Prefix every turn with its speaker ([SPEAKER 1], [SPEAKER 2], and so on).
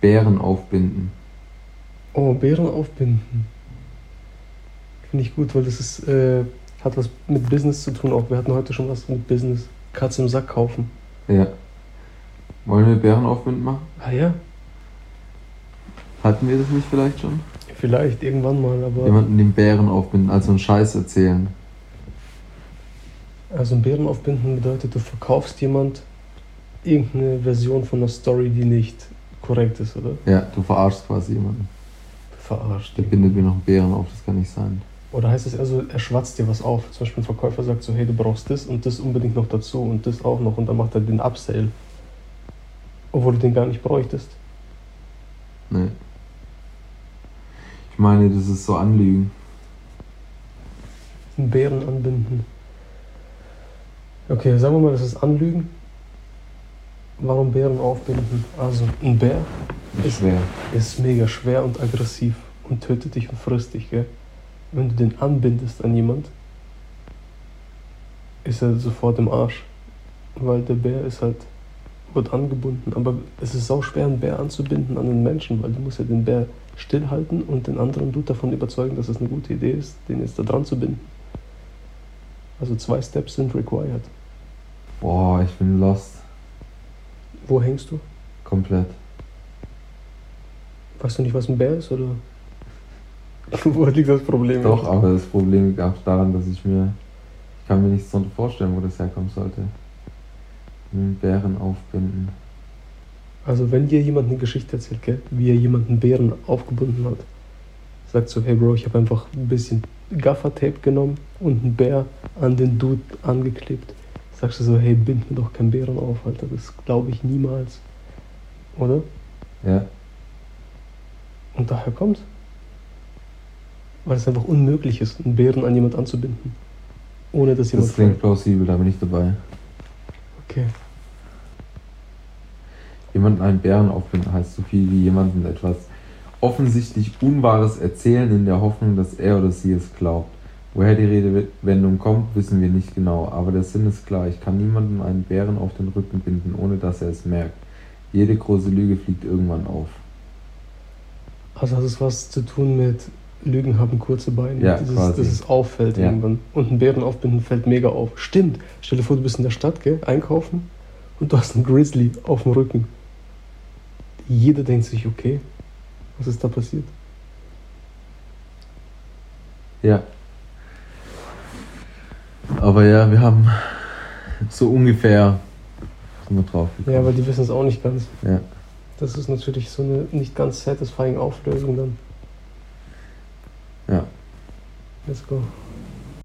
[SPEAKER 1] Beeren aufbinden.
[SPEAKER 2] Oh, Beeren aufbinden. Finde ich gut, weil das ist, äh, hat was mit Business zu tun auch. Wir hatten heute schon was mit Business. Katze im Sack kaufen.
[SPEAKER 1] Ja. Wollen wir Bärenaufwind machen?
[SPEAKER 2] Ah ja,
[SPEAKER 1] Hatten wir das nicht vielleicht schon?
[SPEAKER 2] vielleicht irgendwann mal, aber.
[SPEAKER 1] Jemanden den Bären aufbinden, also einen Scheiß erzählen.
[SPEAKER 2] Also ein Bären aufbinden bedeutet, du verkaufst jemand irgendeine Version von einer Story, die nicht korrekt ist, oder?
[SPEAKER 1] Ja, du verarschst quasi jemanden.
[SPEAKER 2] Verarscht.
[SPEAKER 1] Der bindet mir noch einen Bären auf, das kann nicht sein.
[SPEAKER 2] Oder heißt es also, er schwatzt dir was auf? Zum Beispiel ein Verkäufer sagt so, hey, du brauchst das und das unbedingt noch dazu und das auch noch und dann macht er den Upsell. Obwohl du den gar nicht bräuchtest.
[SPEAKER 1] Nee. Ich meine, das ist so Anlügen.
[SPEAKER 2] Einen Bären anbinden. Okay, sagen wir mal, das ist Anlügen. Warum Bären aufbinden? Also, ein Bär
[SPEAKER 1] Ist
[SPEAKER 2] Ist-
[SPEAKER 1] schwer.
[SPEAKER 2] ist mega schwer und aggressiv und tötet dich und frisst dich, gell? Wenn du den anbindest an jemand, ist er sofort im Arsch. Weil der Bär ist halt, wird angebunden. Aber es ist auch schwer, einen Bär anzubinden an den Menschen, weil du musst ja den Bär stillhalten und den anderen Dude davon überzeugen, dass es eine gute Idee ist, den jetzt da dran zu binden. Also zwei Steps sind required.
[SPEAKER 1] Boah, ich bin lost.
[SPEAKER 2] Wo hängst du?
[SPEAKER 1] Komplett.
[SPEAKER 2] Weißt du nicht, was ein Bär ist, oder? Wo liegt das Problem?
[SPEAKER 1] Doch, aber das Problem gab daran, dass ich mir. Ich kann mir nichts darunter vorstellen, wo das herkommen sollte. Einen Bären aufbinden.
[SPEAKER 2] Also wenn dir jemand eine Geschichte erzählt, gell, wie er jemanden Bären aufgebunden hat, sagt so, hey Bro, ich habe einfach ein bisschen Gaffertape genommen und einen Bär an den Dude angeklebt. Sagst du so, hey, bind mir doch keinen Bären auf, Alter, das glaube ich niemals. Oder?
[SPEAKER 1] Ja,
[SPEAKER 2] Und daher kommt. Weil es einfach unmöglich ist, einen Bären an jemand anzubinden. Ohne dass jemand
[SPEAKER 1] das klingt plausibel, da bin ich dabei.
[SPEAKER 2] fragt. Okay.
[SPEAKER 1] Jemanden einen Bären aufbinden heißt so viel wie jemandem etwas offensichtlich Unwahres erzählen in der Hoffnung, dass er oder sie es glaubt. Woher die Redewendung kommt, wissen wir nicht genau, aber der Sinn ist klar. Ich kann niemandem einen Bären auf den Rücken binden, ohne dass er es merkt. Jede große Lüge fliegt irgendwann auf.
[SPEAKER 2] Also hat es was zu tun mit Lügen haben kurze Beine,
[SPEAKER 1] Ja,
[SPEAKER 2] dass, es,
[SPEAKER 1] quasi.
[SPEAKER 2] dass es auffällt
[SPEAKER 1] Ja.
[SPEAKER 2] irgendwann. Und ein Bären aufbinden fällt mega auf. Stimmt, stell dir vor, du bist in der Stadt, gell, einkaufen und du hast einen Grizzly auf dem Rücken. Jeder denkt sich, okay, was ist da passiert?
[SPEAKER 1] Ja. Aber ja, wir haben so ungefähr sind wir drauf gekommen.
[SPEAKER 2] Ja, weil die wissen es auch nicht ganz.
[SPEAKER 1] Ja.
[SPEAKER 2] Das ist natürlich so eine nicht ganz satisfying Auflösung dann.
[SPEAKER 1] Ja.
[SPEAKER 2] Let's go.